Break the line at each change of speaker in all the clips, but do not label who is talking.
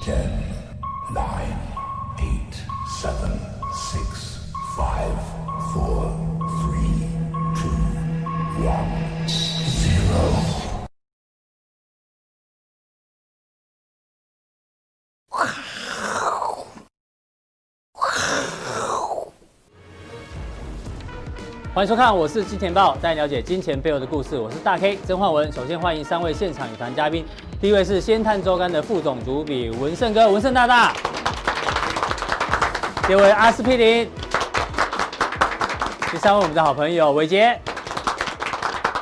Ten, nine, eight, seven, six, five, four, three, two, one, zero.
欢迎收看，我是金钱豹，带你了解金钱背后的故事。我是大 K 曾焕文。首先欢迎三位现场语团嘉宾，第一位是《先探周刊》的副总主笔文胜哥，文胜大大；第二位阿司匹林；第三位我们的好朋友伟杰。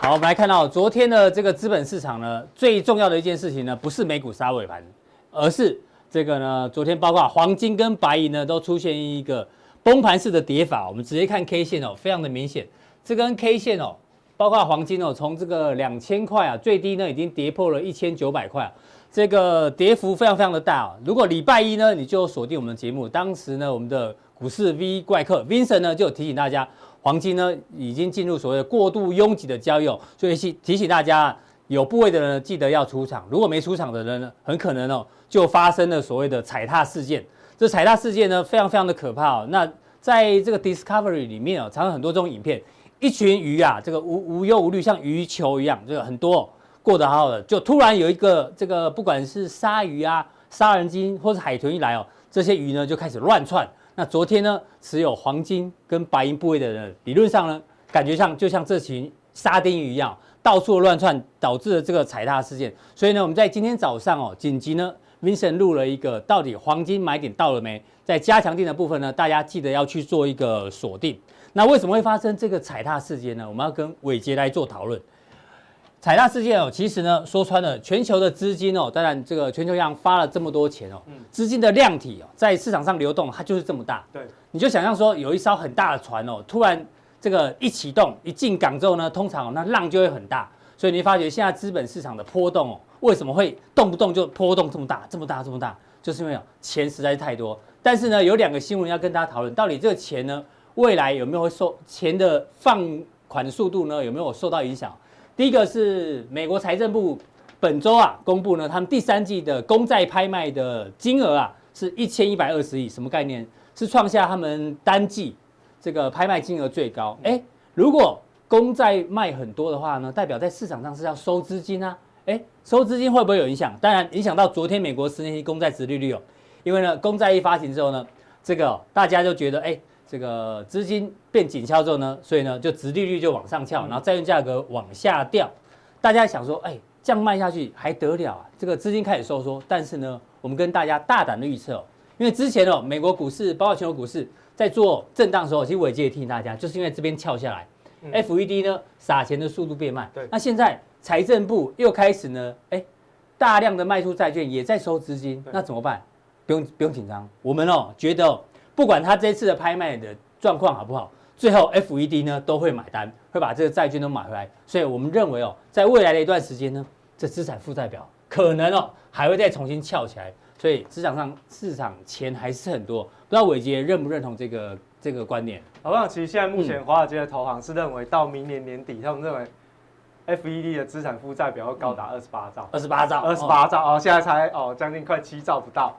好，我们来看到昨天的这个资本市场呢，最重要的一件事情呢，不是美股杀尾盘，而是这个呢，昨天包括黄金跟白银呢，都出现一个崩盘式的跌法。我们直接看 K 线哦，非常的明显，这根 K 线哦，包括黄金哦，从这个两千块啊，最低呢已经跌破了一千九百块、啊。这个跌幅非常非常的大啊！如果礼拜一呢，你就锁定我们的节目，当时呢，我们的股市 V 怪客 Vincent 呢就有提醒大家，黄金呢已经进入所谓的过度拥挤的交易哦，所以提提醒大家啊，有部位的人呢记得要出场，如果没出场的人呢，很可能哦就发生了所谓的踩踏事件。这踩踏事件呢，非常非常的可怕哦。那在这个 Discovery 里面哦，常常很多这种影片，一群鱼啊，这个无无忧无虑，像鱼球一样，这个很多、哦。过得好好的，就突然有一个这个不管是鲨鱼啊、杀人鲸或是海豚一来哦，这些鱼呢就开始乱窜。那昨天呢，持有黄金跟白银部位的人，理论上呢，感觉上就像这群沙丁鱼一样，到处乱窜，导致了这个踩踏事件。所以呢，我们在今天早上哦，紧急呢，Vincent 录了一个到底黄金买点到了没？在加强定的部分呢，大家记得要去做一个锁定。那为什么会发生这个踩踏事件呢？我们要跟伟杰来做讨论。踩踏事件哦，其实呢，说穿了，全球的资金哦，当然这个全球央行发了这么多钱哦，资金的量体哦，在市场上流动，它就是这么大。
对，
你就想象说，有一艘很大的船哦，突然这个一启动，一进港之后呢，通常、哦、那浪就会很大，所以你发觉现在资本市场的波动哦，为什么会动不动就波动这么大、这么大、这么大，就是因为、哦、钱实在是太多。但是呢，有两个新闻要跟大家讨论，到底这个钱呢，未来有没有会受钱的放款速度呢，有没有受到影响？第一个是美国财政部本周啊公布呢，他们第三季的公债拍卖的金额啊是一千一百二十亿，什么概念？是创下他们单季这个拍卖金额最高。哎，如果公债卖很多的话呢，代表在市场上是要收资金啊。哎，收资金会不会有影响？当然影响到昨天美国十年期公债殖利率哦，因为呢公债一发行之后呢，这个、哦、大家就觉得哎。这个资金变紧俏之后呢，所以呢，就殖利率就往上翘，然后债券价格往下掉。大家想说，哎，这样卖下去还得了啊？这个资金开始收缩，但是呢，我们跟大家大胆的预测哦，因为之前哦，美国股市包括全球股市在做震荡的时候，其实我也建议提醒大家，就是因为这边翘下来、f e d 呢撒钱的速度变慢
嗯对，
那现在财政部又开始呢，哎，大量的卖出债券，也在收资金，
对
那怎么办？不用不用紧张，我们哦觉得、哦、不管他这次的拍卖的状况好不好，最后 FED 呢都会买单，会把这个债券都买回来。所以我们认为哦，在未来的一段时间呢，这资产负债表可能哦还会再重新翘起来。所以市场上市场钱还是很多，不知道伟杰认不认同这个这个观点？
好像其实现在目前华尔街的投行是认为到明年年底，他们认为 FED 的资产负债表会高达二十八兆，
二十八兆，
二十八兆哦，现在才哦将近快七兆不到。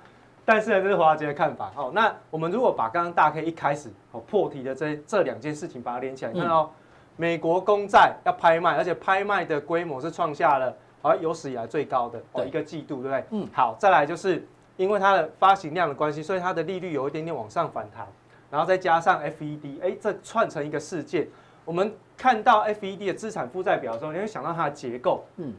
但是呢，这是华尔街的看法哦。那我们如果把刚刚大 K 一开始哦破题的这这两件事情把它连起来，
嗯
看到美国公债要拍卖，而且拍卖的规模是创下了好像有史以来最高的哦
对
一个季度，对不对？
嗯
好，再来就是因为它的发行量的关系，所以它的利率有一点点往上反弹，然后再加上 FED，哎，这串成一个事件。我们看到 FED 的资产负债表的时候，你会想到它的结构。
嗯
嗯，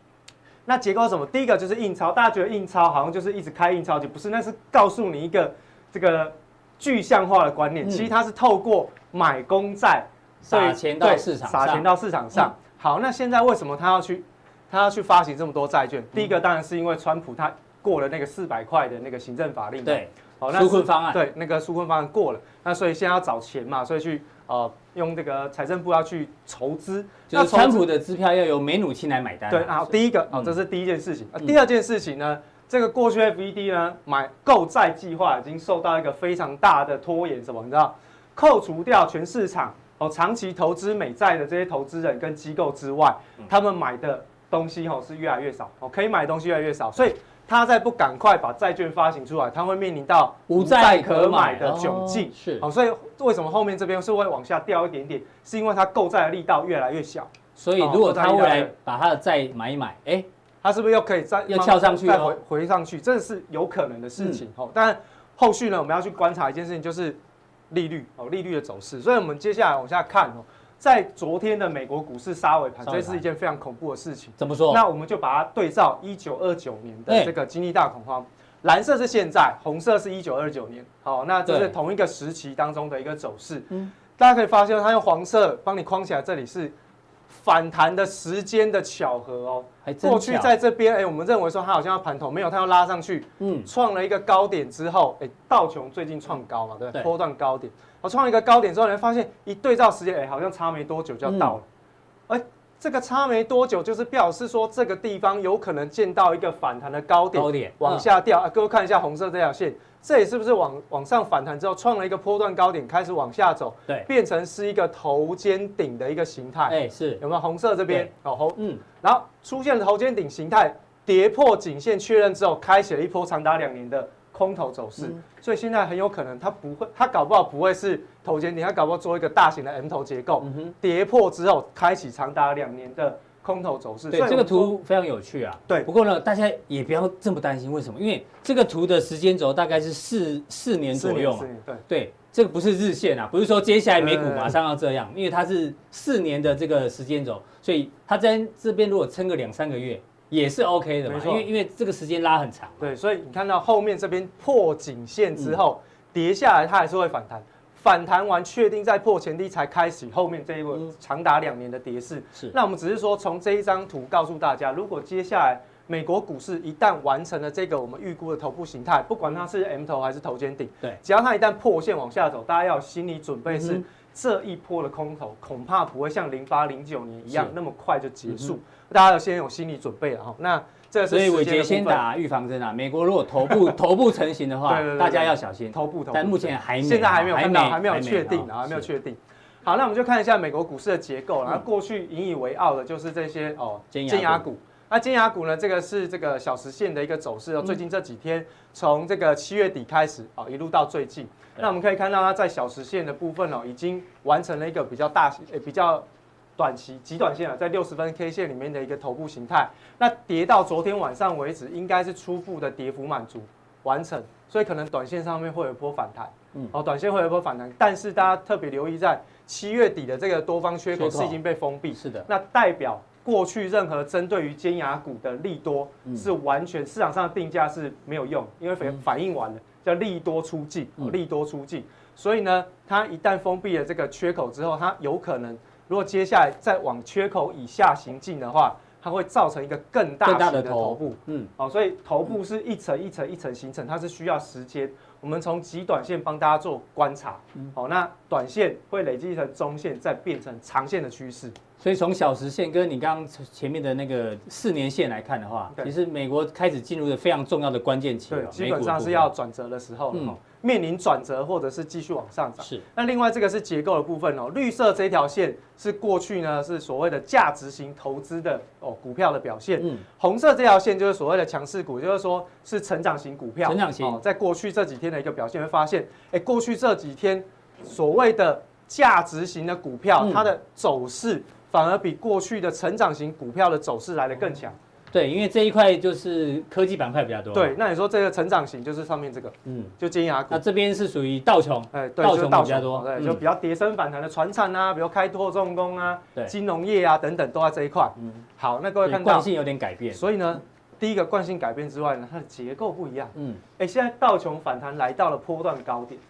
那结构是什么？第一个就是印钞，大家觉得印钞好像就是一直开印钞机，不是？那是告诉你一个这个具象化的观念，
嗯
其实它是透过买公债
撒
对
钱到
对
市场
撒钱
上，嗯
到市场上。好，那现在为什么他要去他要去发行这么多债券？第一
嗯
个当然是因为川普他过了那个四百块的那个行政法令嘛，
对，
哦好，那
纾困
是
方案
对，那个纾困方案过了，那所以现在要找钱嘛，所以去呃用这个财政部要去筹资，
就是
筹资
川普的支票要由美努钦来买单啊。
对啊，好第一个好，
嗯
这是第一件事情。啊
嗯
第二件事情呢，这个过去 FED 呢买购债计划已经受到一个非常大的拖延，什么你知道？扣除掉全市场哦长期投资美债的这些投资人跟
嗯
机构之外，他们买的东西哦是越来越少哦，可以买的东西越来越少，所以它再不赶快把债券发行出来，它会面临到
无债可买
的
哦
窘境。
是
好，所以为什么后面这边是会往下掉一点点，是因为它购债的力道越来越小，
所以如果他未
哦
来把他的债买一买，哎，
它是不是又可以再
又跳上去哦嗯
再
咯
回回上去？这是有可能的事情。好、但后续呢，我们要去观察一件事情，就是利率哦，利率的走势。所以我们接下来往下看哦，在昨天的美国股市杀尾盘，
杀尾
这
盘
是一件非常恐怖的事情。
怎么说？
那我们就把它对照一九二九年的
对
这个经济大恐慌，蓝色是现在，红色是一九二九年。好，那这是
对
同一个时期当中的一个走势。
嗯
大家可以发现，它用黄色帮你框起来，这里是反弹的时间的巧合哦。
还真
过去
巧
在这边，哎，我们认为说它好像要盘头，没有，它要拉上去，
嗯
创了一个高点之后，哎，道琼最近创高嘛，对不对？
对
波段高点，我创一个高点之后，你会发现一对照时间，哎，好像差没多久就要到
嗯
了，而这个差没多久，就是表示说这个地方有可能见到一个反弹的高点，
高点
往下掉、啊。各位看一下红色这条线，这里是不是往往上反弹之后创了一个波段高点，开始往下走，
对，
变成是一个头肩顶的一个形态？
哎是
有没有红色这边
对？
哦，红
嗯
然后出现了头肩顶形态，跌破颈线确认之后，开启了一波长达两年的空头走势。
嗯
所以现在很有可能它不会，它搞不好不会是头肩顶，它搞不好做一个大型的 M 头结构，
嗯哼，
跌破之后开启长达两年的空头走势。
对
所以
这个
我说
图非常有趣啊。
对
不过呢，大家也不要这么担心，为什么？因为这个图的时间轴大概是四四年
四
左
年
右
四
嘛。
年对。
对，这个不是日线啊，不是说接下来美股
对
马上要这样，因为它是四年的这个时间轴，所以它在这边如果撑个两三个月也是 OK 的
没
嘛，
错
因为因为这个时间拉很长嘛。
对，所以你看到后面这边破颈线之
嗯
后、跌下来，它还是会反弹，反弹完确定在破前低才开始后面这一轮长达两年的跌势。
嗯是
那我们只是说从这一张图告诉大家，如果接下来美国股市一旦完成了这个我们预估的头部形态，不管它是
嗯
M 头还是头肩顶，
对
只要它一旦破线往下走，大家要有心理准备是。
嗯哼
这一波的空头恐怕不会像零八零九年一样
是嗯
那么快就结束，大家要先有心理准备了哈。那这个是
所以
时
伟
间
杰
的部
先
分
打预防针啊，美国如果头部头部成型的话
对对对，对
大家要小心。
头部头部，
但目前还没，
现在还没有看到，还没有
还
确定啊，还没有。
哦
确定。好，那我们就看一下美国股市的结构。然后过去引以为傲的就是这些哦
嗯尖牙股
牙股。那尖牙股呢，这个是这个小时线的一个走势
嗯
哦。最近这几天，从这个七月底开始哦，一路到最近，
对
那我们可以看到它在小时线的部分哦，已经完成了一个比较大型、呃比较短期、极短线啊，在六十分 K 线里面的一个头部形态。那跌到昨天晚上为止，应该是初步的跌幅满足完成，所以可能短线上面会有一波反弹。嗯
嗯，
哦，短线会有一波反弹，但是大家特别留意在七月底的这个多方缺口
缺口
是已经被封闭，
是的，
那代表过去任何针对于尖牙股的利多、
嗯
是完全市场上的定价是没有用，因为反反应完了叫利多出尽，哦
嗯
利多出尽。所以呢，它一旦封闭了这个缺口之后，它有可能如果接下来再往缺口以下行进的话，它会造成一个更大
更大
型
的
的头
头
部。
嗯，
哦，所以头部是一层一层一层形成，它是需要时间。我们从极短线帮大家做观察，
嗯
好、那短线会累积成中线，再变成长线的趋势。
所以从小时线跟你刚刚前面的那个四年线来看的话，
对
其实美国开始进入了非常重要的关键期了
对，。基
美
本
股
上
的部
是
分
要转折的时候了、
嗯
哦面临转折或者是继续往上涨。
是
那另外这个是结构的部分哦，绿色这条线是过去呢是所谓的价值型投资的哦股票的表现，
嗯
红色这条线就是所谓的强势股，就是说是成长型股票。哦
成长型
在过去这几天的一个表现，会发现，哎，过去这几天所谓的价值型的股票，
嗯
它的走势反而比过去的成长型股票的走势来得更强。
对，因为这一块就是科技板块比较多。
对，，那你说这个成长型就是上面这个，
嗯，
就尖牙股
那。这边是属于道琼，
哎，对，
道
就是
琼
道
比较
琼
多
对，
嗯
就比较跌升反弹的船产啊，比如开拓重工啊、
对
金融业啊等等，都在这一块。好，那各
所
位
以
看
惯
到，
性有点改变。
所以呢，第一个惯性改变之外呢，它的结构不一样。
嗯，
哎，现在道琼反弹来到了波段高点，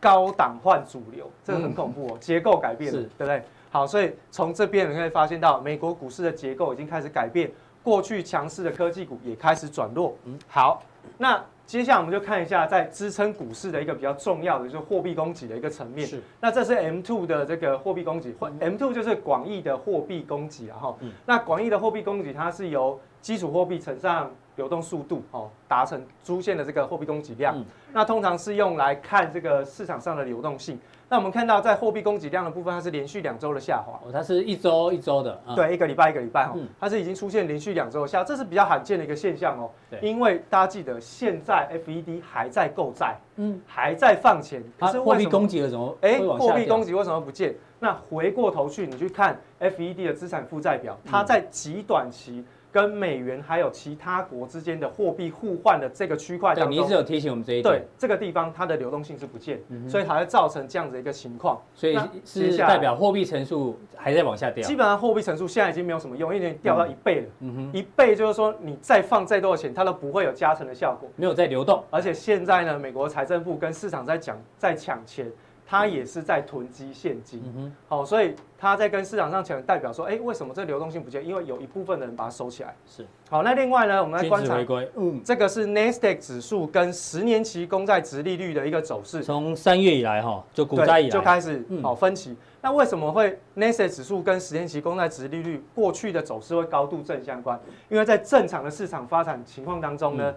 高档换主流，这个很恐怖哦，结构改变了，
嗯是
对不对？好，所以从这边你可以发现到，美国股市的结构已经开始改变，过去强势的科技股也开始转弱。嗯好，那接下来我们就看一下在支撑股市的一个比较重要的，就是货币供给的一个层面。
是嗯
那这是 M two 的这个货币供给，或 M two 就是啊广义的货币供给然后那广义的货币供给它是由基础货币乘上流动速度哦达成出现的这个货币供给量。
嗯
那通常是用来看这个市场上的流动性。那我们看到在货币供给量的部分，它是连续两周的下滑。
哦，它是一周一周的，嗯，
对，一个礼拜一个礼拜哈、哦
嗯
它是已经出现连续两周下，这是比较罕见的一个现象哦
对。
因为大家记得，现在 FED 还在购债，
嗯，
还在放钱，可
它
是
货
为
币
什么
供？给了怎么？
哎，
会往
货
下
币
掉
供给为什么不见？那回过头去，你去看 FED 的资产负债
嗯
表，它在极短期跟美元还有其他国之间的货币互换的这个区块
对，
当
你一直
中，
有提醒我们这一
对
点，嗯
这个地方它的流动性是不见，所以才会造成这样子一个情况。
所以
那接
是
下来
代表货币乘数还在往下掉
基。本上货币乘数现在已经没有什么用，因为你掉到一倍了。
嗯哼，
一倍就是说，你再放再多的钱，它都不会有加成的效果。
没有在流动。
而且现在呢，美国财政部跟市场在讲，在抢钱，它也是在囤积现金。
嗯哼，
好、所以它在跟市场上抢，代表说，哎，为什么这流动性不见？因为有一部分的人把它收起来。
是
好，那另外呢，我们来
均
观
值
察
回归。嗯，
这个是 n a s d a q 指数跟十年期公债值利率的一个走势。
从三月以来哈，就股
对，
灾以
就
来，
开始
嗯
好分歧。那为什么会 n a s a 指数跟十年期公债值利率过去的走势会高度正相关？因为在正常的市场发展情况当中呢，
嗯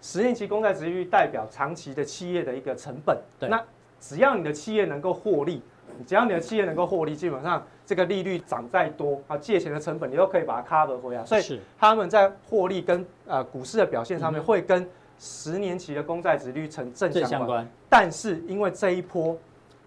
十年期公债值利率代表长期的企业的一个成本。
对
那只要你的企业能够获利，只要你的企业能够获利，基本上这个利率涨再多啊，借钱的成本你都可以把它 cover 回来。所以
是
他们在获利跟呃股市的表现
嗯
上面会跟十年期的公债值利率成正
正
相
相
关。
关。
但是因为这一波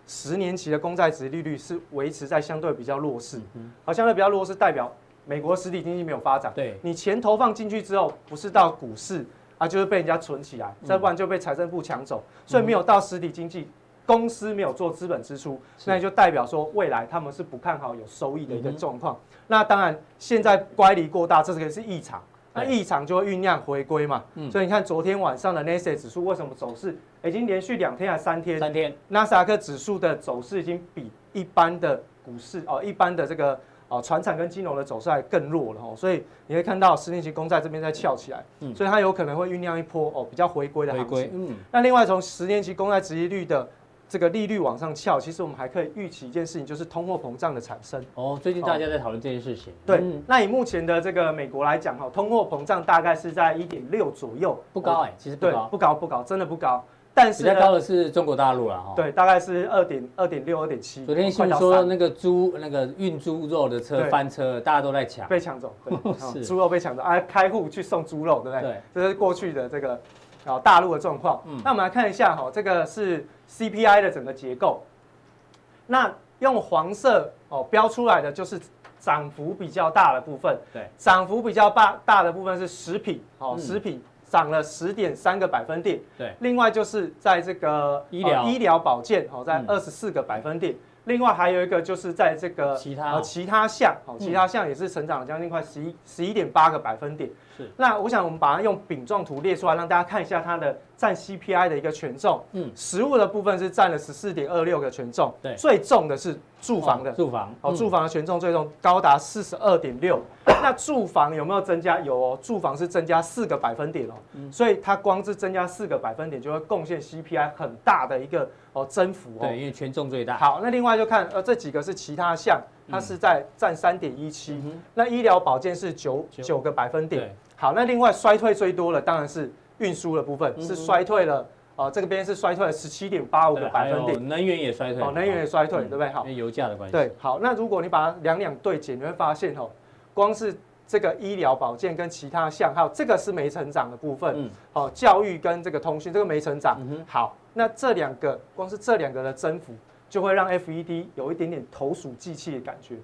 十年期的公债值利率是维持在相对比较弱势，而相对比较弱势代表美国实体经济没有发展。
对
你钱投放进去之后，不是到股市啊，就是被人家存起来，再不然就被财政部抢走，所以没有到实体经济。公司没有做资本支出，
是嗯
那也就代表说未来他们是不看好有收益的一个状况。那当然，现在乖离过大，这个是异常，那
对
异常就会酝酿回归嘛。
嗯
所以你看昨天晚上的 n a s a 指数为什么走势已经连续两天还是三天，
三天，
纳斯达克指数的走势已经比一般的股市哦，一般的这个哦，船产跟金融的走势还更弱了哦，所以你会看到十年期公债这边在翘起来，
嗯
所以它有可能会酝酿一波哦比较回归的
回
行
归
情。。
嗯，
那另外从十年期公债殖利率的这个利率往上翘，其实我们还可以预期一件事情，就是通货膨胀的产生。
哦，最近大家在讨论这件事情。
对，
嗯
那以目前的这个美国来讲哈，通货膨胀大概是在一点六左右，哦
不高哎，其实不
对，
高，
不高不高，真的不高。但
比
是
较
呢
高，的是中国大陆了哈。。
对，大概是二点二点六、二点七，
昨天新
快
闻
到
说
三
那个猪那个运猪肉的车
对
翻车，大家都在抢。
被抢走，对啊
哦是
猪肉被抢走，啊，开户去送猪肉，对不对？
对，
这是过去的这个啊大陆的状况。
嗯
那我们来看一下哦哈，这个是 CPI 的整个结构。那用黄色哦标出来的就是涨幅比较大的部分，
对，
涨幅比较大大的部分是食品，哦，
嗯
食品涨了十点三个百分点，
对，
另外就是在这个
医疗
呃医疗保健，哦，在
嗯
二十四个百分点。另外还有一个就是在这个
其他嗯
呃其他项，哦，其他项也是成长了将近快十一十一点八个百分点。
是，
那我想我们把它用饼状图列出来，让大家看一下它的占 CPI 的一个权重。
嗯
嗯，食物的部分是占了十四点二六个权重，
对
最重的是住房的
哦，住房
哦，
嗯
住房的权重最重高达四十二 点六。那住房有没有增加？有哦，住房是增加四个百分点哦，
嗯
所以它光是增加四个百分点就会贡献 CPI 很大的一个哦增幅哦。
嗯对，因为权重最大。
好，那另外就看呃这几个是其他项，
嗯
它是在占三点一七，那医疗保健是九
九
九个百分点
对。
好，那另外衰退最多的当然是运输的部分，
嗯
是衰退了，呃这个边是衰退了十七点八五个
对
百分
还有
点，
能源也衰退，
哦能源也衰退，
嗯
对不对？好
因，为油价的关系。
对，好，那如果你把它两两对解，你会发现哦，光是这个医疗保健跟其他项，还有这个是没成长的部分，
嗯
哦，教育跟这个通讯这个没成长，好，那这两个光是这两个的增幅，就会让 FED 有一点点投鼠忌器的感觉。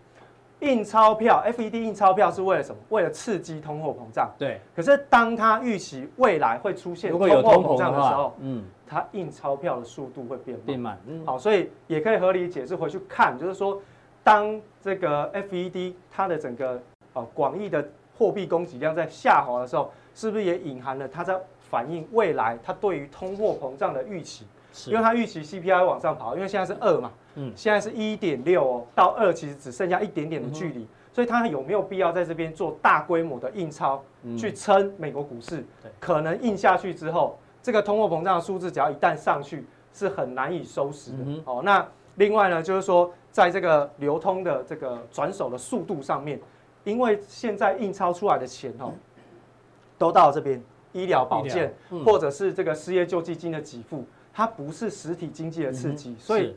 印钞票，FED 印钞票是为了什么？为了刺激通货膨胀。
对，
可是当它预期未来会出现
如
通
果有
货
通膨的
膨胀的时
话
候，，
嗯，
它印钞票的速度会变慢
变。慢，嗯，
好，所以也可以合理解释回去看，就是说，当这个 FED 它的整个呃广义的货币供给量在下滑的时候，是不是也隐含了它在反映未来它对于通货膨胀的预期？
是
因为它预期 CPI 往上跑，因为现在是二嘛，
嗯
现在是一点六哦，到二其实只剩下一点点的距
嗯
离，所以它有没有必要在这边做大规模的印钞、去撑美国股市
嗯对？
可能印下去之后，这个通货膨胀的数字只要一旦上去，是很难以收拾的、
嗯
哦。那另外呢，就是说在这个流通的这个转手的速度上面，因为现在印钞出来的钱哦，都到这边，医疗保
嗯医疗嗯
健、或者是这个失业救济金的给付，它不是实体经济的刺激，所以
嗯是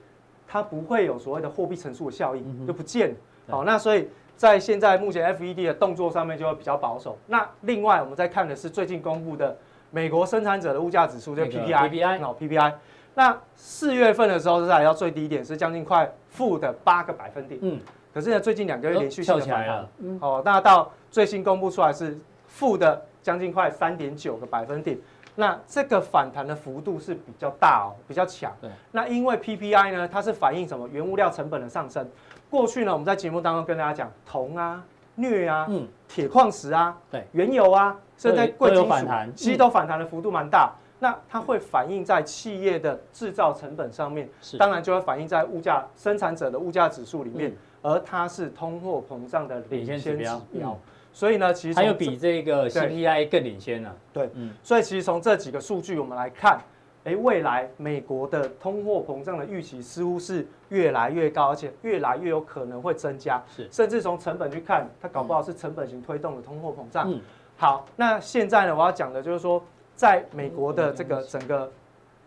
它不会有所谓的货币乘数的效
嗯
应，
哼
就不见了。
对
好，那所以在现在目前 FED 的动作上面就会比较保守。那另外我们在看的是最近公布的美国生产者的物价指数，就
那个
PPI，
PPI
哦 PPI。那四月份的时候是来到最低点，是将近快负的八个百分点。
嗯，
可是呢，最近两个月连续性
跳
的
起
反
来
弹
了，，
哦，那到最新公布出来是负的将近快三点九个百分点，那这个反弹的幅度是比较大哦，比较强。
对，
那因为 PPI 呢，它是反映什么原物料成本的上升。过去呢，我们在节目当中跟大家讲，铜啊、镍啊、
嗯，
铁矿石啊、
对
原油啊，甚至在
都有
贵
都有
金属
反弹，
其实
嗯
都反弹的幅度蛮大。那它会反映在企业的制造成本上面，
是嗯
当然就会反映在物价生产者的物价指数里面，而它是通货膨胀的领
领先
先
指
指
标
标。
嗯
所以呢，其实
还有
从这
比这个
对
CPI 更领先了、
对，
嗯
所以其实从这几个数据我们来看，哎，未来美国的通货膨胀的预期似乎是越来越高，而且越来越有可能会增加，
是
甚至从成本去看，它搞不好是成本型推动的通货膨胀。
嗯
好，那现在呢，我要讲的就是说，在美国的这
嗯
个整个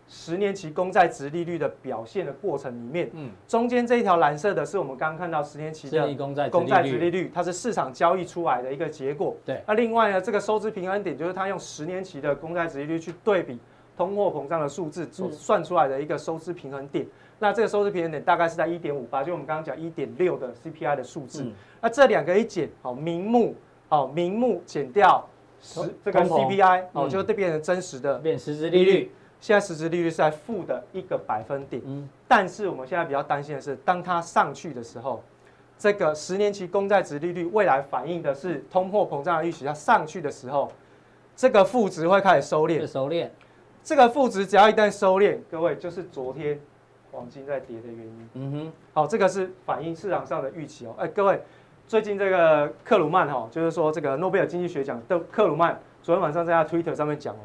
十年期公债值利率的表现的过程里面，
嗯，
中间这一条蓝色的是我们刚刚看到十年期
正
的
义公债
公债
殖
殖
利
利
率，
率，它是市场交易出来的一个结果。
对
那另外呢，这个收支平衡点就是它用十年期的公债殖利率去对比通货膨胀的数字所
嗯
算出来的一个收支平衡点。那这个收支平衡点大概是在一点五八，就我们刚刚讲一点六的 CPI 的数字。
嗯
那这两个一减，好，明目，好，明目减掉十
通
这个
通膨
CPI，
嗯
哦，就变成真实的。
变实质利率，
现在实质利率是在负的一个百分点。
嗯，
但是我们现在比较担心的是，当它上去的时候，这个十年期公债值利率未来反映的是通货膨胀的预期，它上去的时候，这个负值会开始收
越
敛。
熟练，
这个负值只要一旦收敛，各位就是昨天黄金在跌的原因。
嗯哼，
好，这个是反映市场上的预期哦。哎，各位，最近这个克鲁曼哈、哦，就是说这个诺贝尔经济学奖的克鲁曼，昨天晚上在他 Twitter 上面讲哦，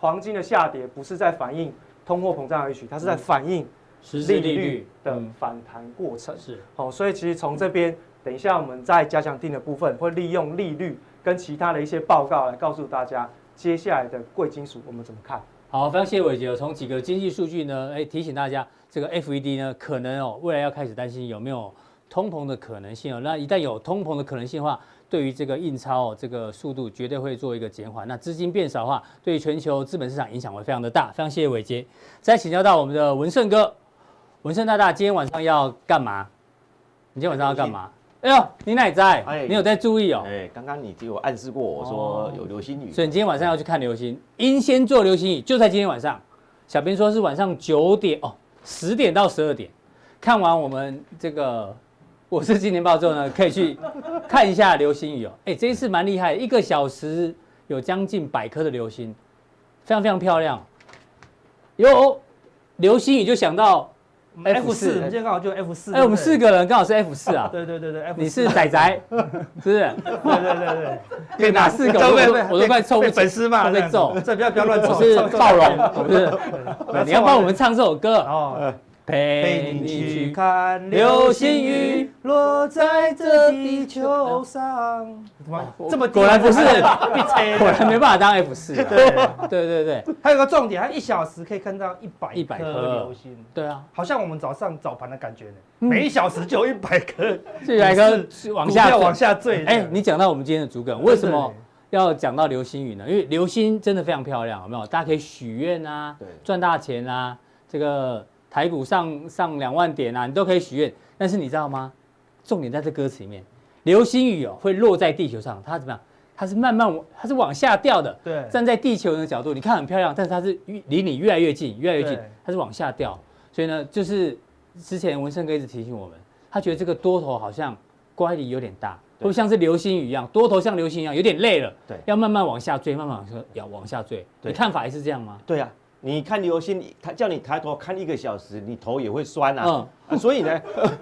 黄金的下跌不是在反映通货膨胀的预期，它是在反映
嗯实质
利
利
率
率
的
嗯
反弹过程。
是
好、所以其实从这边，等一下我们在加强定的部分会利用利率跟其他的一些报告来告诉大家接下来的贵金属我们怎么看。
好，非常谢谢伟杰哦。从几个经济数据呢，哎，提醒大家，这个 FED 呢，可能哦，未来要开始担心有没有通膨的可能性哦。那一旦有通膨的可能性的话，对于这个印钞哦，这个速度绝对会做一个减缓。那资金变少的话，对于全球资本市场影响会非常的大。非常谢谢伟杰。再请教到我们的文胜哥，文胜大大今天晚上要干嘛？你今天晚上要干嘛？哎呦，你哪里在？
哎
你有在注意哦？
哎，刚刚你就有暗示过我说有流星雨，
所以你今天晚上要去看流星，英仙座流星雨就在今天晚上。小编说是晚上九点哦，十点到十二点。看完我们这个《我是金钱豹》之后呢，可以去看一下流星雨哦。 哎，这一次蛮厉害，一个小时有将近百颗的流星，非常非常漂亮。有流星雨就想到，F4
F 四，我们今天刚好就 F 四。
哎，我们四
个。
个人刚好是 F 四啊，
对对对对，F
你是仔仔，是 不是？
对对对对，
对，哪四 个？我都我都快凑不
被
起，
粉丝骂
都
这
被
样子
揍。
这不要不要乱
我
凑。
是
凑
暴龙，我不是。你要帮我们唱这首歌，
哦，
陪
陪
你
你去
去看。
看
流
流
星
星
雨
雨落在这地球上。哇这么低啊
果然不是，
被吹
果然没办法当 F 四。对
对，啊
对对
还有个重点，它一小时可以看到一百
100颗
颗流星，
对啊！
好像我们早上早盘的感觉呢。
嗯
每一小时就有一 百颗，
这来个往下坠
股票往。下坠。
哎，你讲到我们今天的主梗，为什么
真的耶
要讲到流星雨呢？因为流星真的非常漂亮，有没有？大家可以许愿啊
对，
赚大钱啊，这个台股上上两万点啊，你都可以许愿。但是你知道吗？重点在这歌词里面，流星雨哦会落在地球上，它怎么样？它是慢慢往，它是往下掉的。
对，
站在地球人的角度，你看很漂亮，但是它是越离你越来越近，越来越近
对，
它是往下掉。所以呢，就是之前文胜哥一直提醒我们，他觉得这个多头好像乖离有点大，会
对
不会像是流星雨一样，多头像流星一样有点累了，
对
要慢慢往下坠，慢慢往下要往下坠。你
对
看法也是这样吗？
对啊，你看流星，你他叫你抬头看一个小时，你头也会酸啊。啊所以呢，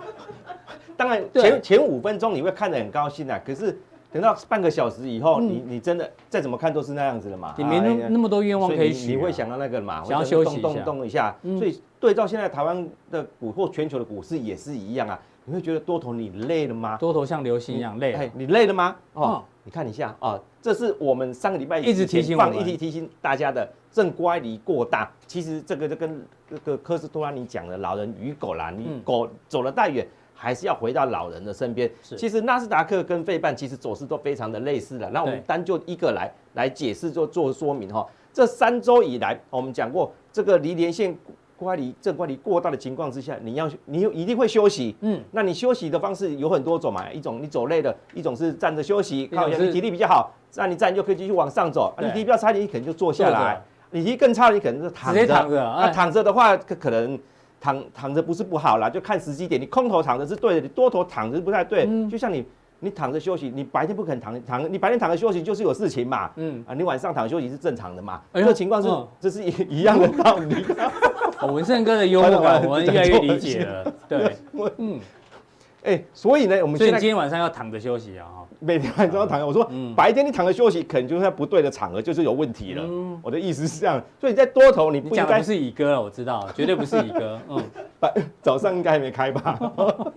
当然
嗯对
前前五分钟你会看得很高兴啊，可是等到半个小时以后，
嗯
你你真的再怎么看都是那样子的嘛。
你没
哎
那
呀
那么多愿望
所以
可以
你
许啊、
你会想到那个嘛，
想要
会
休
动
息一下
动动一下。
嗯
所以对照现在台湾的股或全球的股市也是一样啊，你会觉得多头你累了吗？
多头像流星一样累了
哎哎，你累了吗？哦
啊哦，
你看一下啊，这是我们上个礼拜
一直提醒我
放
们
一直提醒大家的正乖离过大。其实这个就跟这个科斯托拉尼讲的老人与狗啦，你
嗯
狗走了太远。还是要回到老人的身边。
是
其实纳斯达克跟费半其实走势都非常的类似的。那我们
对
单就一个来来解释做做说明哈。这三周以来，我们讲过这个离连线乖离正乖离过大的情况之下，你要你一定会休息。
嗯，
那你休息的方式有很多种嘛，一种你走累了，一种是站着休息，
种
靠
是
你体力比较好，那你站就可以继续往上走；啊
对
你体力比较差，你可能就坐下
坐
来
着；
你体力更差，你可能就躺着。
直接躺着哎
那躺着的话，可可能躺躺着不是不好啦，就看时机点。你空头躺着是对的，你多头躺着是不太对。
嗯
就像你你躺着休息，你白天不肯躺躺，你白天躺着休息就是有事情嘛。
嗯
啊，你晚上躺休息是正常的嘛？
哎
这
呦
个情况是
嗯
这是一一样的道 理。
哦文胜哥的幽默感，我们越来越理解了。对，嗯，
哎，所以呢，我们
所以
现
你
在
今天晚上要躺着休息啊，哈，
每天晚上都躺着。我说
嗯
白天你躺着休息，可能就是在不对的场合，就是有问题了。我的意思是这样，所以你在多头你
嗯你
不应
讲的
该
不是乙哥了，我知道，绝对不是乙 哥，嗯，
白早上应该还没开吧？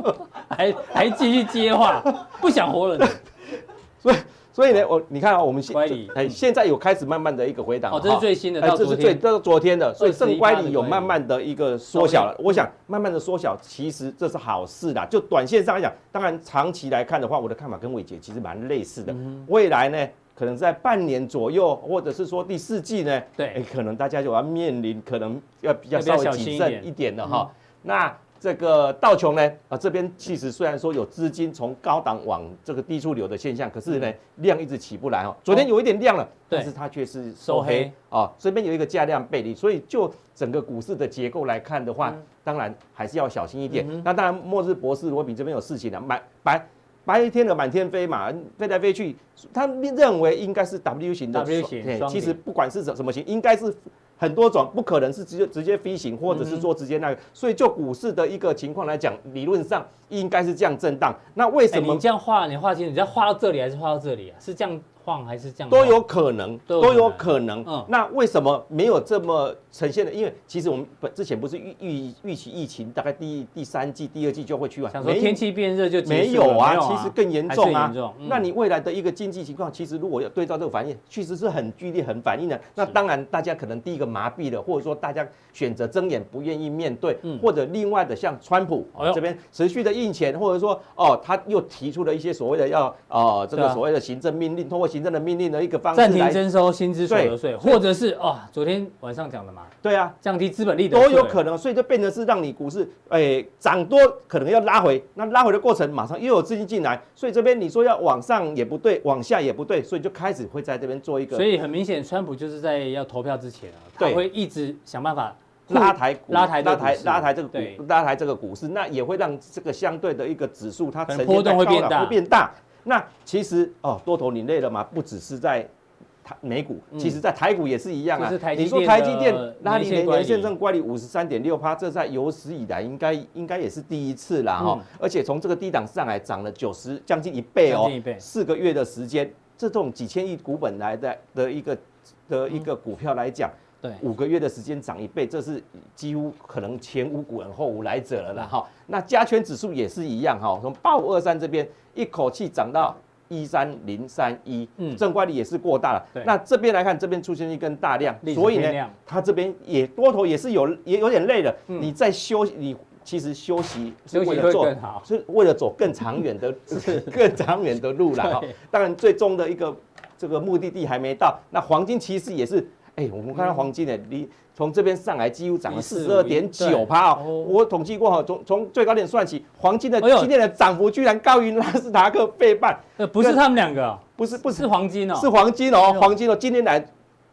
还还继续接话，不想活 了你。
所以所以呢，我你看啊，我们现
乖离
哎
嗯
现在有开始慢慢的一个回档了
哦这是
哈
最新的
哎
到
这
昨
是
天
最这是昨天的，所以
21%
正乖离有慢慢的一个缩小了。我想慢慢的缩小，其实这是好事啦。就短线上来讲，当然长期来看的话，我的看法跟伟杰其实蛮类似的。
嗯
未来呢？可能在半年左右，或者是说第四季呢，
对
哎可能大家就要面临可能要比较
要比较
稍微
小心
谨
一
慎
点嗯
一点的哈。那这个道琼呢，啊这边其实虽然说有资金从高档往这个低处流的现象，可是呢量一直起不来哦。昨天有一点量了，
嗯对
但是它却是
收
收
黑
黑啊，这边有一个价量背离，所以就整个股市的结构来看的话，
嗯
当然还是要小心一点。那当然，末日博士罗比这边有事情了、满白。白天的满天飞嘛，飞来飞去，他们认为应该是 W 型的
W 型
嘿
双
其
顶
实不管是什什么型，应该是很多种，不可能是直接直接飞行，或者
嗯
是说直接那个。所以就股市的一个情况来讲，理论上应该是这样震荡。那为
哎，
什么
你这样画，你画清楚，你要画到这里还是画到这里啊？是这样晃还是这样晃？
都有可能，
都有
都有
可
可能
嗯。
那为什么没有这么呈现的？因为其实我们本之前不是预预预期疫情大概第第三季、第二季就会趋缓，
想说
没
天气变热就结束了
没有啊，
没
其实更严重
还是
啊
很严重。嗯
那你未来的一个经济情况，其实如果要对照这个反应，确实是很剧烈、很反应的。那当然，大家可能第一个麻痹了，或者说大家选择睁眼不愿意面对，或者另外的像川普
嗯
哦
哎呦
这边持续的印钱，或者说哦，他又提出了一些所谓的要呃这
对
个
啊
所谓的行政命令，通过行政的命令的一个方式
暂停
来，
征收薪资所得税，
对
或者是啊，昨天晚上讲的嘛，
对啊，
降低资本利得
都
税
有可能，所以就变成是让你股市，诶、涨多可能要拉回，那拉回的过程马上又有资金进来，所以这边你说要往上也不对，往下也不对，所以就开始会在这边做一个
所以很明显，川普就是在要投票之前啊，他
对
会一直想办法
拉抬股、
拉抬这
拉
个
抬
股市
拉抬这个股
对
拉抬这个股市，那也会让这个相对的一个指数它
可能
呈
波
现
动会
在高
变
档
大
会变大。那其实哦，多头你累了嘛，不只是在台美股，其实在台股也是一样
嗯
啊。
就是台积
你说
电
台积电
的
拉离
年线
年
管
年
理
线正管理五十三点六趴，这在有史以来应该应该也是第一次啦哈、哦
嗯
而且从这个低档上来涨了九十将近一倍
将
哦
近一倍，
四个月的时间，这种几千亿股本来的的一个的一个股票来讲。
对
五个月的时间涨一倍，这是几乎可能前无古人后无来者了
嗯
啦哈。那加权指数也是一样哈，从八五二三这边一口气涨到一三零三一，
嗯
嗯，正乖离也是过大
对
了。那这边来看，这边出现一根大量
历，史
所以
变量嗯
呢，它这边也多头也是有也有点累了，你在休息你。其实休息是
休息
为了
会
做
更好
是为了走更长 远的更长远的路啦。哈
对。
当然，最终的一个这个目的地还没到。那黄金其实也是，哎、我们看到黄金呢，离从这边上来几乎涨了嗯四十二点九趴
对哦
哦。我统计过哈，从从最高点算起，黄金的
哎呦
今天的涨幅居然高于纳斯达克倍半，
呃，不是他们两个哦，
不是不
不
是
是黄金哦，
是黄金哦
哎，呦
黄金哦，今年来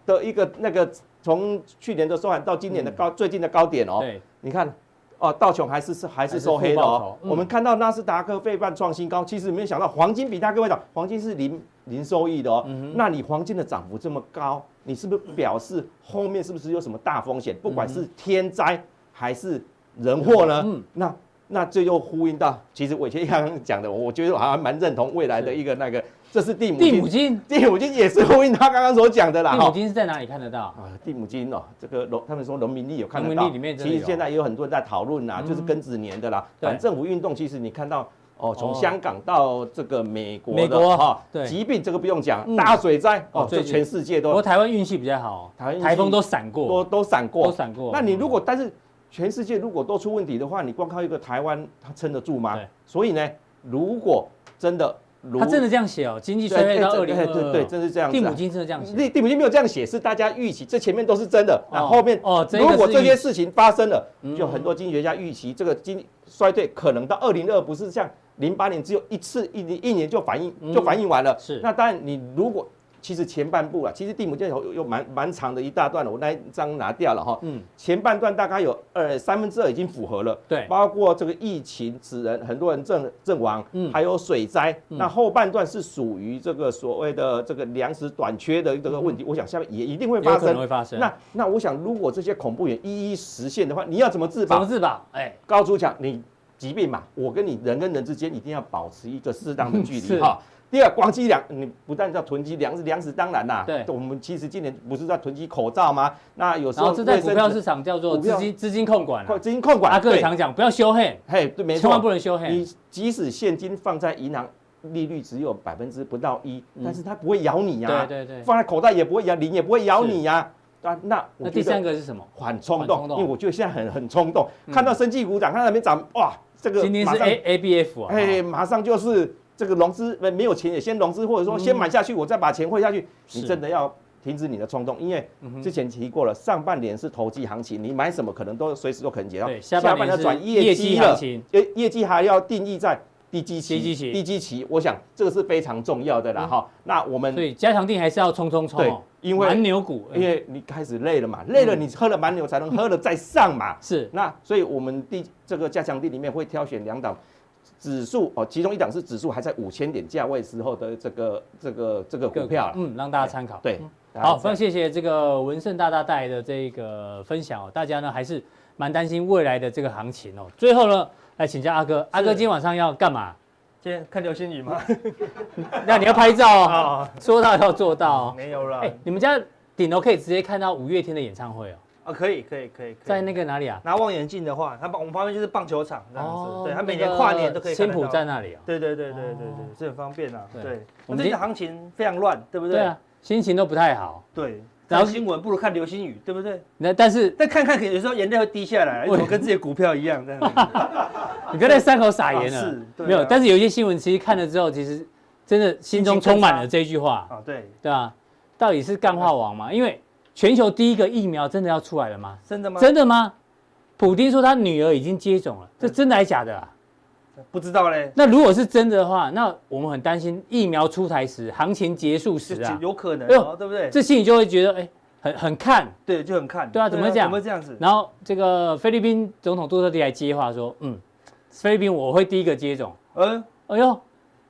的一个那个从去年的收盘到今年的高、最近的高点哦，
对，
你看。哦，道琼还是是还
还
是
是
收黑的
负报
哦
酬。嗯
我们看到纳斯达克费半创新高，其实没有想到黄金比它各位讲，黄金是零零收益的哦。
嗯
那你黄金的涨幅这么高，你是不是表示后面是不是有什么大风
嗯
险？不管是天灾还是人祸呢？
嗯
那那这又呼应到，其实我以前刚刚讲的，我觉得我好像蛮认同未来的一个那个，这是蒂姆
蒂
金
姆金，
第五金也是呼应他刚刚所讲的啦。
蒂姆
哈
金是在哪里看得到？
啊，蒂姆金哦，这个农他们说农民力有看得
农
到，
民历里面真的
其
有嗯
啊实现在也有很多人在讨论啦，就是庚子年的啦，
对
反政府运动，其实你看到哦，
哦
从香港到这个美国的，
美国
哈
对
疾病这个不用讲
嗯，
大水灾
哦
哦，这
最近
全世界
不过
都
台湾运气比较好，
台湾运气
台风都闪
都
过，
都闪
都
过。
闪过。嗯
那你如果但是全世界如果都出问题的话，你光靠一个台湾，它撑得住吗
对？
所以呢，如果真的，如
他真的这样写哦，经济
对
衰退到二
对
零
对
二
对对，真是这样子
蒂
啊。
姆金真的这样写，
那蒂姆金没有这样写，是大家预期，这前面都是真的，
哦
那后面
哦这个
如果
是
这
预嗯
些
期
事情发生了，就很多经济学家预期这个经济衰退可能到二零二不是像零八年只有一次一年一年就反应就反应完了，
嗯是
那当然你如果其实前半部啊，其实蒂姆金有有有蛮蛮长的一大段了，我那一张拿掉了哈，
嗯
前半段大概有呃三分之二已经符合了，
对
包括这个疫情使人很多人阵阵亡，
嗯
还有水灾，那后半段是属于这个所谓的这个粮食短缺的这个问题，我想下面也一定会
嗯有
发
可能会
生。
发生。
那那我想，如果这些恐怖源一一实现的话，你要怎么自
怎么
保？
自保？哎，
高主讲，你疾病嘛，我跟你人跟人之间一定要保持一个适当的距
嗯是
离哈。第二，光积粮，你不但要囤积粮食，粮食当然啦，
对
我们其实今年不是在囤积口罩吗？那有时
然
候
后这在
卫
股
生
票
纸
市场叫做
股
资
票
金资金控管啊
控，资金控管，
阿哥也
对
常讲不要修黑，
嘿，对，没错，
千万不能修黑
你。即使现金放在银行，利率只有百分之不到一，但是它不会咬你呀、
嗯对对对。
放在口袋也不会咬，零也不会咬你呀、啊。那
那
我觉
第三
得
个是什么？
很冲
很冲
动，
动嗯
因为我觉得现在很很冲动，看到生技股涨，看到那边涨，哇，这个
今天
马
是
上
A A B F 啊，
哎，马上就是这个融资，呃没有钱也先融资，或者说先买下去，我再把钱汇下去。你
是嗯
真的要停止你的冲动，因为之前提过了，上半年是投机行情，你买什么可能都随时都可能解套
对，下半年
要
是
转
业
业
绩
绩
行
了
情，
业业绩还要定义在低基期，
低基期嗯
低基期，我想这个是非常重要的啦哈。那我们
所以加强定还是要冲冲冲
对
哦，
因为
蛮牛股，嗯
因为你开始累了嘛，累了你喝了蛮牛才能喝了再上嘛。
是
那所以我们第这个加强地里面会挑选两档指数哦，其中一档是指数还在五千点价位时候的这个这个这个股票啦，
嗯，让大家参考。
对，
好，非常谢谢这个文盛大大带来的这个分享哦，大家呢还是蛮担心未来的这个行情哦。最后呢，来请教阿哥，阿哥今天晚上要干嘛？
今天看流星雨吗？
那你要拍照 哦，
啊，
说到要做到哦。
没有了
哎，你们家顶楼可以直接看到五月天的演唱会哦，
啊，可以可以可以，可以
在那个哪里啊？
拿望远镜的话，它旁我们旁边就是棒球场这样
哦
子，对，它每
那
年
个
跨年都可以看
青
得
浦
到
在那里哦。
对对对对对
哦
对，这很方便啊。
对
对，
我
我
们
们
今
这的行情非常乱，对不对？
对啊，心情都不太好。
对。
然后
看新闻不如看流星雨，对不对？
那但是
但看看，有时候眼泪会 滴下来，
我
我跟自己的股票一样，这样 子。
你不要在伤口撒盐了，
啊是对啊
没有。但是有一些新闻其实看了之后，其实真的心中
心情更
充满了
差
这句话，
啊，对，
对吧、到底是干化王吗？因为全球第一个疫苗真的要出来了吗？
真的吗？
真的吗？普丁说他女儿已经接种了，
嗯
这真的还假的啊？
不知道嘞，
那如果是真的的话，那我们很担心疫苗出台时，行情结束
就
时啊，
有可能
哎呦
哦，对不对？
这心里就会觉得哎，很很看。
对，就很看。
对啊怎么会这样
怎么会这样子？
然后这个菲律宾总统杜特地来接话说，嗯，菲律宾我会第一个接种。
嗯，
哎呦，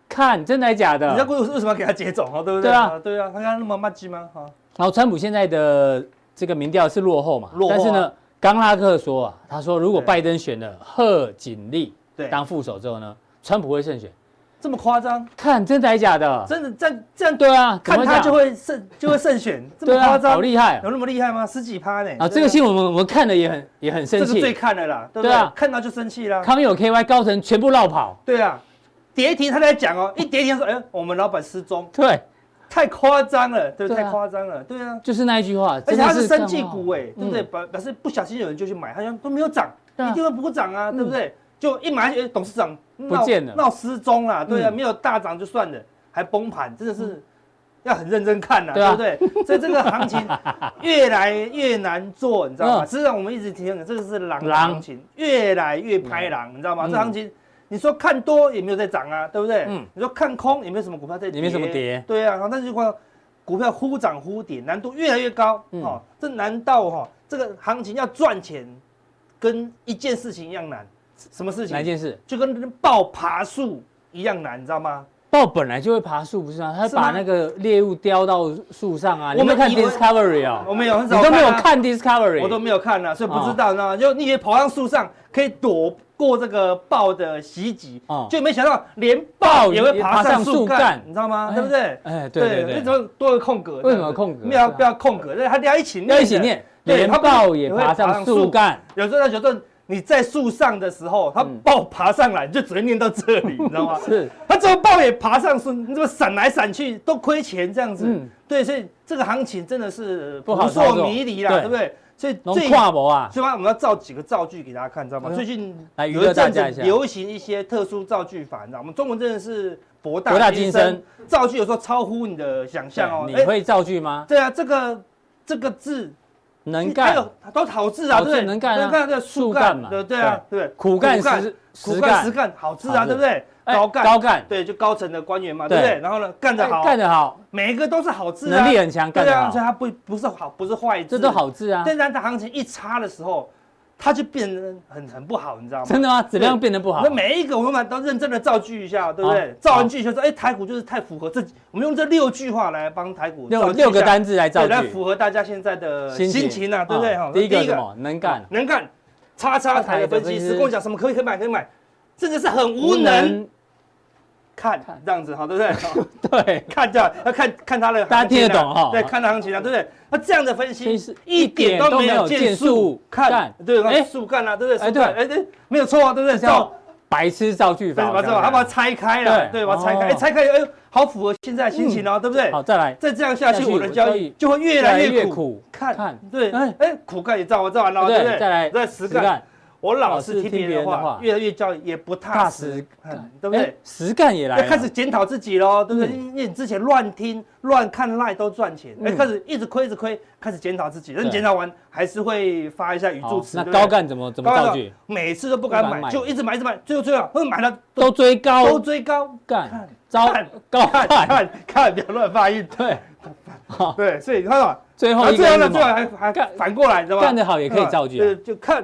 看真的还假的？
你知道为为什么要给他接种哦，对不
对
对？
啊，
对啊，他刚刚那么慢鸡吗？啊，
然后川普现在的这个民调是落后嘛，
落后啊
但是呢，冈拉克说啊，他说如果
对
拜登选了贺锦丽
对，
当副手之后呢，川普会胜选。
这么夸张，
看真的还假的？
真的这样这样
对啊，
看他就
会
会胜就会胜 选，这
对
么
啊，
夸
好
张，
厉害啊
有！那么厉害吗？十几趴呢？
啊，
对
这个新闻我们我们看了也很也很生
这是
气，
最看的啦，对不
对啊
对？看到就生气啦。
康友 KY 高层全部绕跑，
对啊，跌停他在讲哦，一跌停他说，哎，我们老板失踪，
对，
太夸张了，对，
对啊
太夸张了，对啊。
就是那一句话，
而且
真的
它是生技
干话
股哎，对不对？？
嗯
表表示不小心有人就去买，好像都没有涨，
对啊
一定会补涨啊，对不对？就一买下去，哎董事长闹
不见了
闹失踪啦，对啊，
嗯
没有大涨就算了，还崩盘，真的是要很认真看呐，
对啊
对不对？所以这个行 情越来越难做，你知道吗？
嗯
实际上我们一直提醒你，这个是狼的
狼
行情，越来越拍狼，你知道吗？
嗯
这行情。你说看多也没有在涨啊，对不对？
嗯
你说看空也没有什么股票在跌，
也没什么跌
对啊。然后但是就看到股票忽涨忽跌，难度越来越高。
嗯
哦，这难道
哦
哈、这个行情要赚钱，跟一件事情一样难？什么事
哪一
情？
件事？
就跟爆爬树一样难，你知道吗？
豹本来就会爬树，不是吗？它
是
把
吗
那个猎物叼到树上啊。你有
我
没有
们
看
以为
Discovery 啊？
我们有很少、
你都没有，看 Discovery，哦
我都没有看啊，所以不知道，你知道吗？就你以为跑上树上可以躲过这个豹的袭击，
哦
就没想到连
豹
豹也会
也
爬
爬上
上
树
树
干
干，你知道吗？
哎
对不对？
哎，对对
那怎
对，
么多个空格？
为什么空格
没
对
有
啊
不要空格，那他俩一起念的
要一起念，
对
连
它不
豹也
也会
爬
爬
上
上
树
树
干，
有时候他觉得
你在树上的时候，它豹爬上来，你就只会念到 这里，你知道吗？
嗯是
它怎么豹也爬上树，你怎么闪来闪去都亏钱这样子。
嗯
对，所以这个行情真的是
不好操
扑
作
朔迷离啦，
对
对不对？所以
弄
最
跨博啊，
所以我们要造几个造句给大家看，知道吗？
哎呦
最近
来娱
有
乐
一
大
阵子
家一下
流行一些特殊造句法，你知道吗？我们中文真的是博
博大
大
精
精
深
深，造句有时候超乎你的想象哦。
你
哎
会造句吗？
对啊，这个这个字
能
你还
干
有都好字啊，
好
对
字
不对？
能干啊
能干对，树
干
干
嘛
嘛，对对啊，对，
苦干实
苦
实
干
干
实，干，好字
好
啊，
字
对不对？
哎
高干
高干，
对，就高层的官员嘛，
对
对不对？然后呢，干得
哎
好，
干得好，
每一个都是好字啊，
能力很强，干
对
得
啊，所以
好，
它不不是好，不是坏字，
这都。好字啊。
但是它行情一差的时候，它就变得很很不好，你知道吗？
真的吗？质量变得不好
那？每一个我们都认真的造句一下，对不对
好？
造完句就说，哎，台股就是太符合这，我们用这六句话来帮台股
六
造句一
六个
下
单字来造
对，来
句，
符合大家现在的心情啊，对不对？
啊
哈，
第一个什么？能干，
能干，叉叉台的分析师跟我讲什么可以可以买可以买，真的是很无
嗯
能，看
看
这样子哈，对不对？
对，
看这样要看看他的行情
大
啊，
家听得懂哈
对，看他行情啊，对不对？那这样的分
其
析
实
一点都没有建
一点都没有建树
树，看
干
对，
哎
哎，树干啊，对不对？
哎
树干
对
哎对，没有错啊，对不对？
叫
照
白痴造句
对
法，
吧？
我
这吧，
想起
他把
来
它拆开了，
对
对，把它拆开，
哦
哎，拆开，哎呦，好符合现在心情哦，对不对？
好，再来，
再这样下去，
下去
我的交
交易
易就会越来越苦。
苦，
看
看
对，
哎
哎哎，苦干也造完造完了，
对
对不对？
再来
再
实
实干，
干，
我
老
老
是
是
听
听
别
别
人
人
的
的
话
话，越来越教育也不踏
踏
实
实，
嗯对不对？？
哎实干也来
要
了，
开始检讨自己喽，哦对不对？
嗯
因为你之前乱听、乱看、赖都赚钱，哎，
嗯
开始一直亏、一直亏，开始检讨自己。那
对
你检讨完，还是会发一下语
好
助词。
那
对不对
高干怎么怎么
高干
造
说
句？
每次都不敢
不敢买
买，就一直买、一直买，最后最后会买到
都追
都
高
追高。
干
看，
招
看
高
看
干，
看看，不要乱发音。
对，好，
对，所以你看到吗
最
然
后
后
一
最
个
后
是
呢，
什
最后
么？
还还
干
反过来，你知道吗？
干得好也可以造句啊
对，就看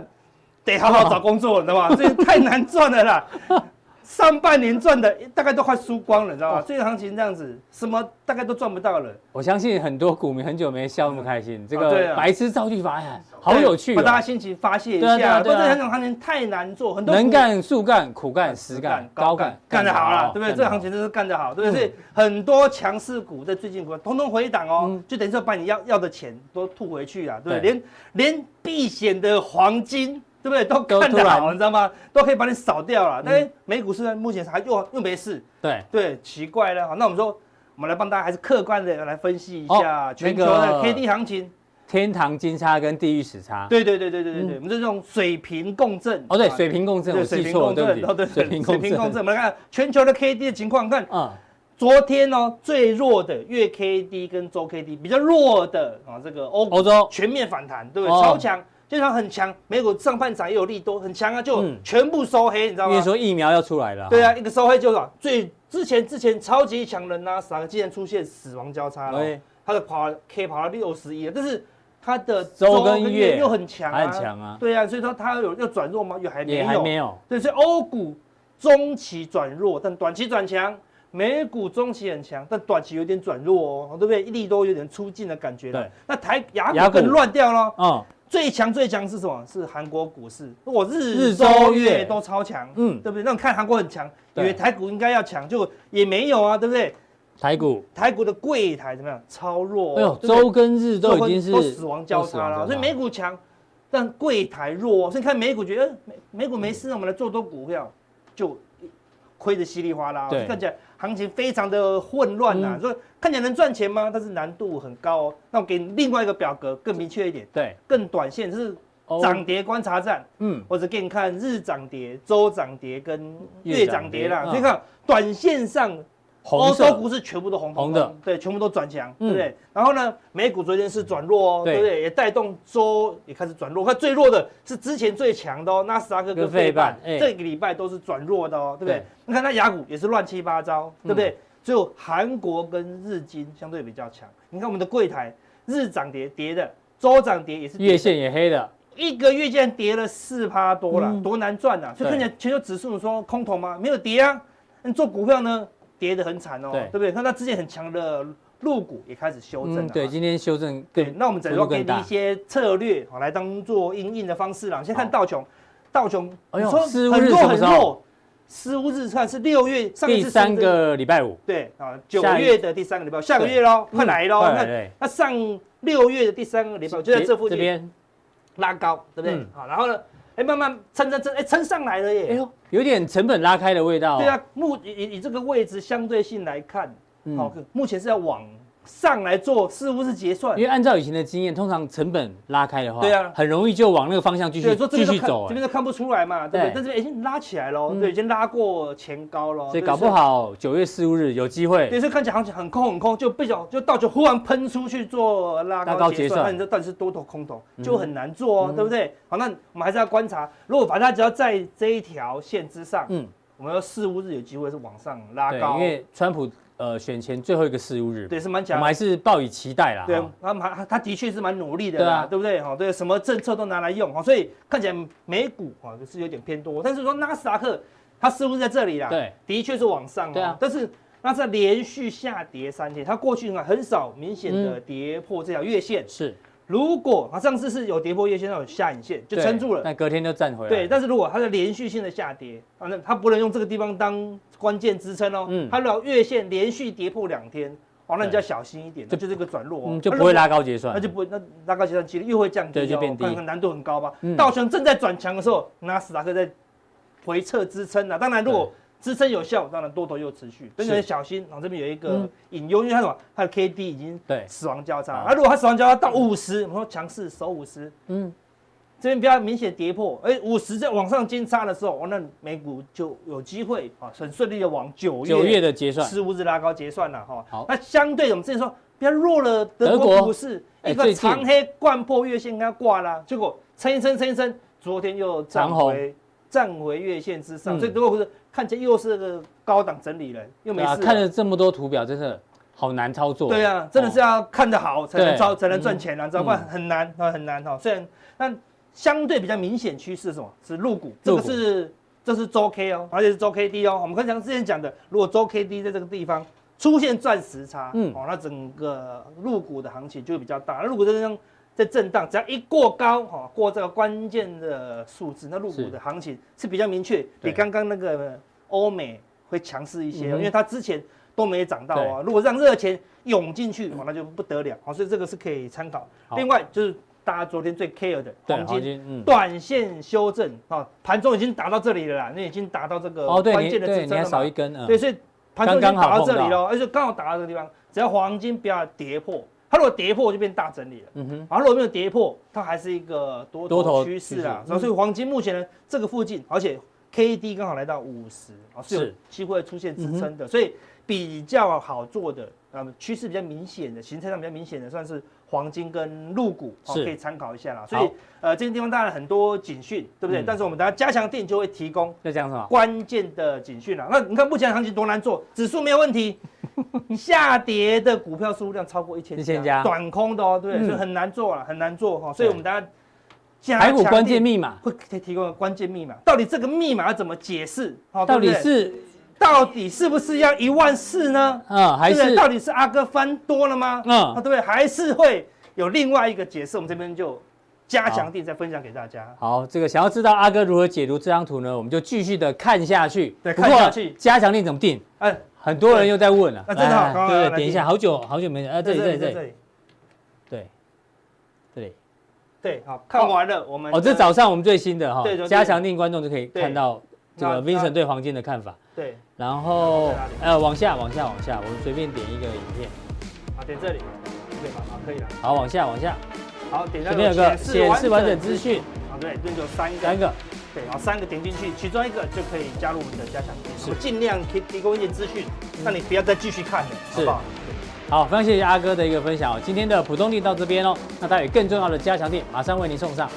得好好找工作，你知道吗？这太难赚 了啦。上半年赚的大概都快输光了，你知
哦
道吗？最近行情这样子，什么大概都赚不到了。
我相信很多股民很久没笑那么开心，这
啊对
个
啊
白痴造句法哎好有趣
把大家
哦，
心情发泄一
对啊对啊
下。
对
不
啊
然这两种行情太难做，很多
能
股呃
干、速干、苦干、实干、高干，
干得好啦，对不对？
干
这
得
个
好嗯
行情真是干得好，对不对？所以很多强势股在最近股通通回档哦
嗯，
就等于说把你要要的钱都吐回去啊，对不
对
对？连连避险的黄金。对不对？都
都
干
突
得
然
好，你知道吗？都可以把你扫掉了。但是美股现在目前还又又没事，
对。
对，奇怪了。好，那我们说，我们来帮大家还是客观的来分析一下
哦
全
那
球
个
的 K D 行情。
天堂金叉跟地狱时差。
对对对对对对
嗯
对，我们这种水平共振。
哦，对，
啊
水平共振，我
对
记
水平
错了，
共
对
振，
不
哦
起，
对
水平
对，
共振，
水平共振。我们来看全球的 K D 的情况，看
嗯，
昨天哦，最弱的月 K D 跟周 K D 比较弱的啊，这个欧股
欧洲
全面反弹，对不
哦
对？超强，就像很强，美股上半场也有利多，很强啊，就
嗯
全部收黑，你知道
因为
吗？
说疫苗要出来了，
啊对啊，，一个收黑就是啊最之前之前超级强人呐，啥竟然出现死亡交叉了
对，
它的跑 K 跑到六十一了，但是它的
周跟月
又很强，
还很。强啊，
对啊，所以说它有要转弱吗？又还没
也
有，
还没有，
对，所以欧股中期转弱，但短期转强；美股中期很强，但短期有点转弱哦，对不对？利多有点出尽的感觉了。
对，
那台
雅
雅
股
股更乱掉了。
嗯，
最强最强是什么？是韩国股市，我
日
日
周
周
月
月都超强，
嗯
嗯，对不对？那你看韩国很强，以
对
为台股应该要强，就也没有啊，对不对？
台股，
台股的柜台怎么样？超弱、哦，
哎呦，
对不对
周跟日都已经
都
是
死亡交叉了，所以美
股
股强，但柜台弱哦，所以看美股觉得呃美美股没事，我们来做多股票，就亏得稀里哗啦哦，
对
就看起来行情非常的混乱呐
嗯，
所以看起来能赚钱吗？但是难度很高哦。那我给你另外一个表格更明确一点，
对
更短线就是
哦
涨跌观察站，
嗯，
我只给你看日涨跌、周涨跌跟
月
月
涨
涨
跌
跌啦，
嗯
所以看短线上
红
欧洲
色
股市全部都红
红
红
的
的，对，全部都转强，
嗯
对不对？然后呢，美股昨天是转弱哦，
对
对不对？也带动周也开始转弱，看最弱的是之前最强的哦，纳斯达克
跟
跟
费
费半
半，哎
这个礼拜都是转弱的哦，对不对
对？嗯
你看它雅股也是乱七八糟，对不对？只有韩国跟日经相对比较强。你看我们的柜台日涨跌跌的，周涨跌也是跌的
月线也黑的，
一个月竟然跌了四趴多了，
嗯
多难赚啊！所以看起来全球指数，你说空头吗？没有跌啊。你做股票呢，跌得很惨哦，
对
对不对？看它之前很强的陆股也开始修哦正了、啊
嗯，对，今天修正
对
更，
那我们只能说
幅度更
给你
大
一些策略，好来当做应应的方式啦。先看
好
道琼，道琼，
哎
你
呦
说
失误
很
日
弱
什么
很
时候
弱，失误日看是六月上一
第
次
三
失误日
个礼拜五，
对啊，九
下一
月的第三个礼拜，下个
对
月喽，
嗯
快来喽。
快来
那
嘞
那上六月的第三个礼拜就在这附
这
近。
边
拉高，对不对？
嗯
好，然后呢，哎、哎，慢慢撑撑撑，哎，撑上来了耶。
哎呦，有点成本拉开的味道、哦。
对啊，目以以以这个位置相对性来看，好、
嗯
目前是要往上来做，似乎是结算
因。为按照以前的经验，通常成本拉开的话，
对啊
很容易就往那个方向继续
对，说这
继
边都
续
看，
走、
这边
哎
都看不出来嘛，对不
对
对？但这边已经拉起来了，
嗯
对，已经拉过前高了，
所以
对
搞不。好九月四五日有机
对，
会，
所以看起来行情很空很空，就不小就到就忽然喷出去做拉
拉高
高结
结算嗯
算，那你这到底是多头空头就很难做哦，对不对？好，那我们还是要观察，如果反正它只要在这一条线之上，
嗯，
我们要四五日有机会是往上拉
对，
高，
因为川普呃选前最后一个四五日，
对是蛮
我
强
们还是抱以期待啦。
对
哈，
他蛮他他的确是蛮努力的
对
啦，
啊
对不对？哈，对，什么政策都拿来用哈，所以看起来美股哈是有点偏多，但是说纳斯达克它似乎在这里啦，
对，
的确是往上哦
对啊
但是那是连续下跌三天，它过去很很少明显
嗯
的跌破这条月线，
是
如果它上次是有跌破月线，那有下影线就
对
撑住了，
但隔天就站回来。
对，，但是如果它是连续性的下跌，啊，那它不能用这个地方当关键支撑哦。
嗯
它如果月线连续跌破两天，哦，那你
对
就要小心一点，
就
就就是一个转弱、哦，
嗯，就
那
不会
如果
拉，高结算，
那就不会，那拉高结算几率又会降低、哦，
对就变低
可能难度很高吧。
嗯
道琼正在转强的时候，纳斯达克在回撤支撑啊。当然，如果支撑有效，当然多头又持续，但是很小心。然后这边有一个
嗯
隐忧，因为它什么，它的 K D 已经
对，啊
死亡交叉啊
好。
那如果它死亡交叉到五十，我们说强势守五十，
嗯，
这边比较明显跌破，哎、五十在往上金叉的时候，哦，那美股就有机会啊，很顺利的往九月
九月的结算，
十五日拉高结算了哈。
好
那相对我们之前说比较弱了德
德国
国股市，
哎
一
最
个
近
长黑贯破月线跟它挂啦，结果撑一撑撑一撑，昨天又站
长红
回站回月线之上，
嗯
所以德国股市看起来又是个高档整理了，又没
对啊
事了。
看了这么多图表，真的好难操作。
对啊，真的是要看得好才
哦对
能招才能赚钱啊，知道不然
嗯
很难啊很难哈。虽然那相对比较明显趋势是什么？是入股，这
入
个
股
是这是周 K 哦，而且是周 K D 哦。我们刚才之前讲的，如果周 K D 在这个地方出现钻石差，
嗯
嗯，哦，那整个入股的行情就会比较大。那入股这样在震荡，只要一过高哈、哦，过这个关键的数字，那入股
是
的行情是比较明确，
对
比刚刚那个欧美会强势一些哦、
嗯哼
因为它之前都没涨到啊。如果让热钱涌进去，哦，那就不得了。好，所以这个是可以参考
好。
另外就是大家昨天最 care 的
对，
黄
黄
金。
金，嗯，
短线修正啊，盘中已经达到这里了啦，那已经达到这个
哦，对，
关
你
键的支
对，你
撑
还
了
少一
嘛。
根，嗯
对，，所以盘中已经
刚刚好
达到这
碰
里
到
了，而且刚好达到这个地方，只要黄金不要跌破，它如果跌破就变大整理了。
嗯哼，
然后如果没有跌破，它还是一个多
多头
头趋
趋
势啊。
势嗯
然后所以黄金目前呢这个附近，而且 K D 刚好来到五十啊，是有
是嗯
机会出现支撑的，所以比较好做的。啊，趋势比较明显的，形态上比较明显的，算是黄金跟入股，哦
是
可以参考一下啦。
好
所以，呃，这个地方当然很多警讯，对不对？
嗯
但是我们等下加强定就会提供
在讲什么？
关键的警讯了。啊那你看目前行情多难做，指数没有 问题，下跌的股票数量超过一千
1000家
短空的哦，对，
嗯
所以很难做了，很难做哈。所以我们大家加
台股
啊强
关键
力
密码
会提提供个关键密码，到底这个密码要怎么解释？好，
到底
啊对不对
是
到底是不是要一万四呢？
嗯还
对不对
是
到底是阿哥翻多了吗？
嗯
啊，对不对？还是会有另外一个解释，我们这边就加强定再分享给大家。
好，这个想要知道阿哥如何解读这张图呢，我们就继续的看下去。
对
不过
看下去
加强力怎么定？
哎，
很多人又在问了。
对啊那真的好
来
刚刚
对
来
对，点一
定
下，好久好久没啊，这里这里这里
里，
对，这里
对，好，看完了，我们
哦，这
的
早上我们最新的哈
对对，对
加强定观众就可以
对
看到这个
那那
Vincent 对黄金的看法。
对，
然后
在哪里
呃，往下往下往下，我们随便点一个影片，
好，点这里，对吧？好，可以了。
好，往下往下，
好，点
这
这
边有个显示完整资。讯，
好，对，这边就有三
三
个，
个
对，然后三个点进去，其中一个就可以加入我们的加强店。
是嗯
我尽量提提供一些资讯，让你不要再继续看了，好不好？
好，非常谢谢阿哥的一个分享哦。今天的浦东店到这边哦，那待会更重要的加强店马上为您送上，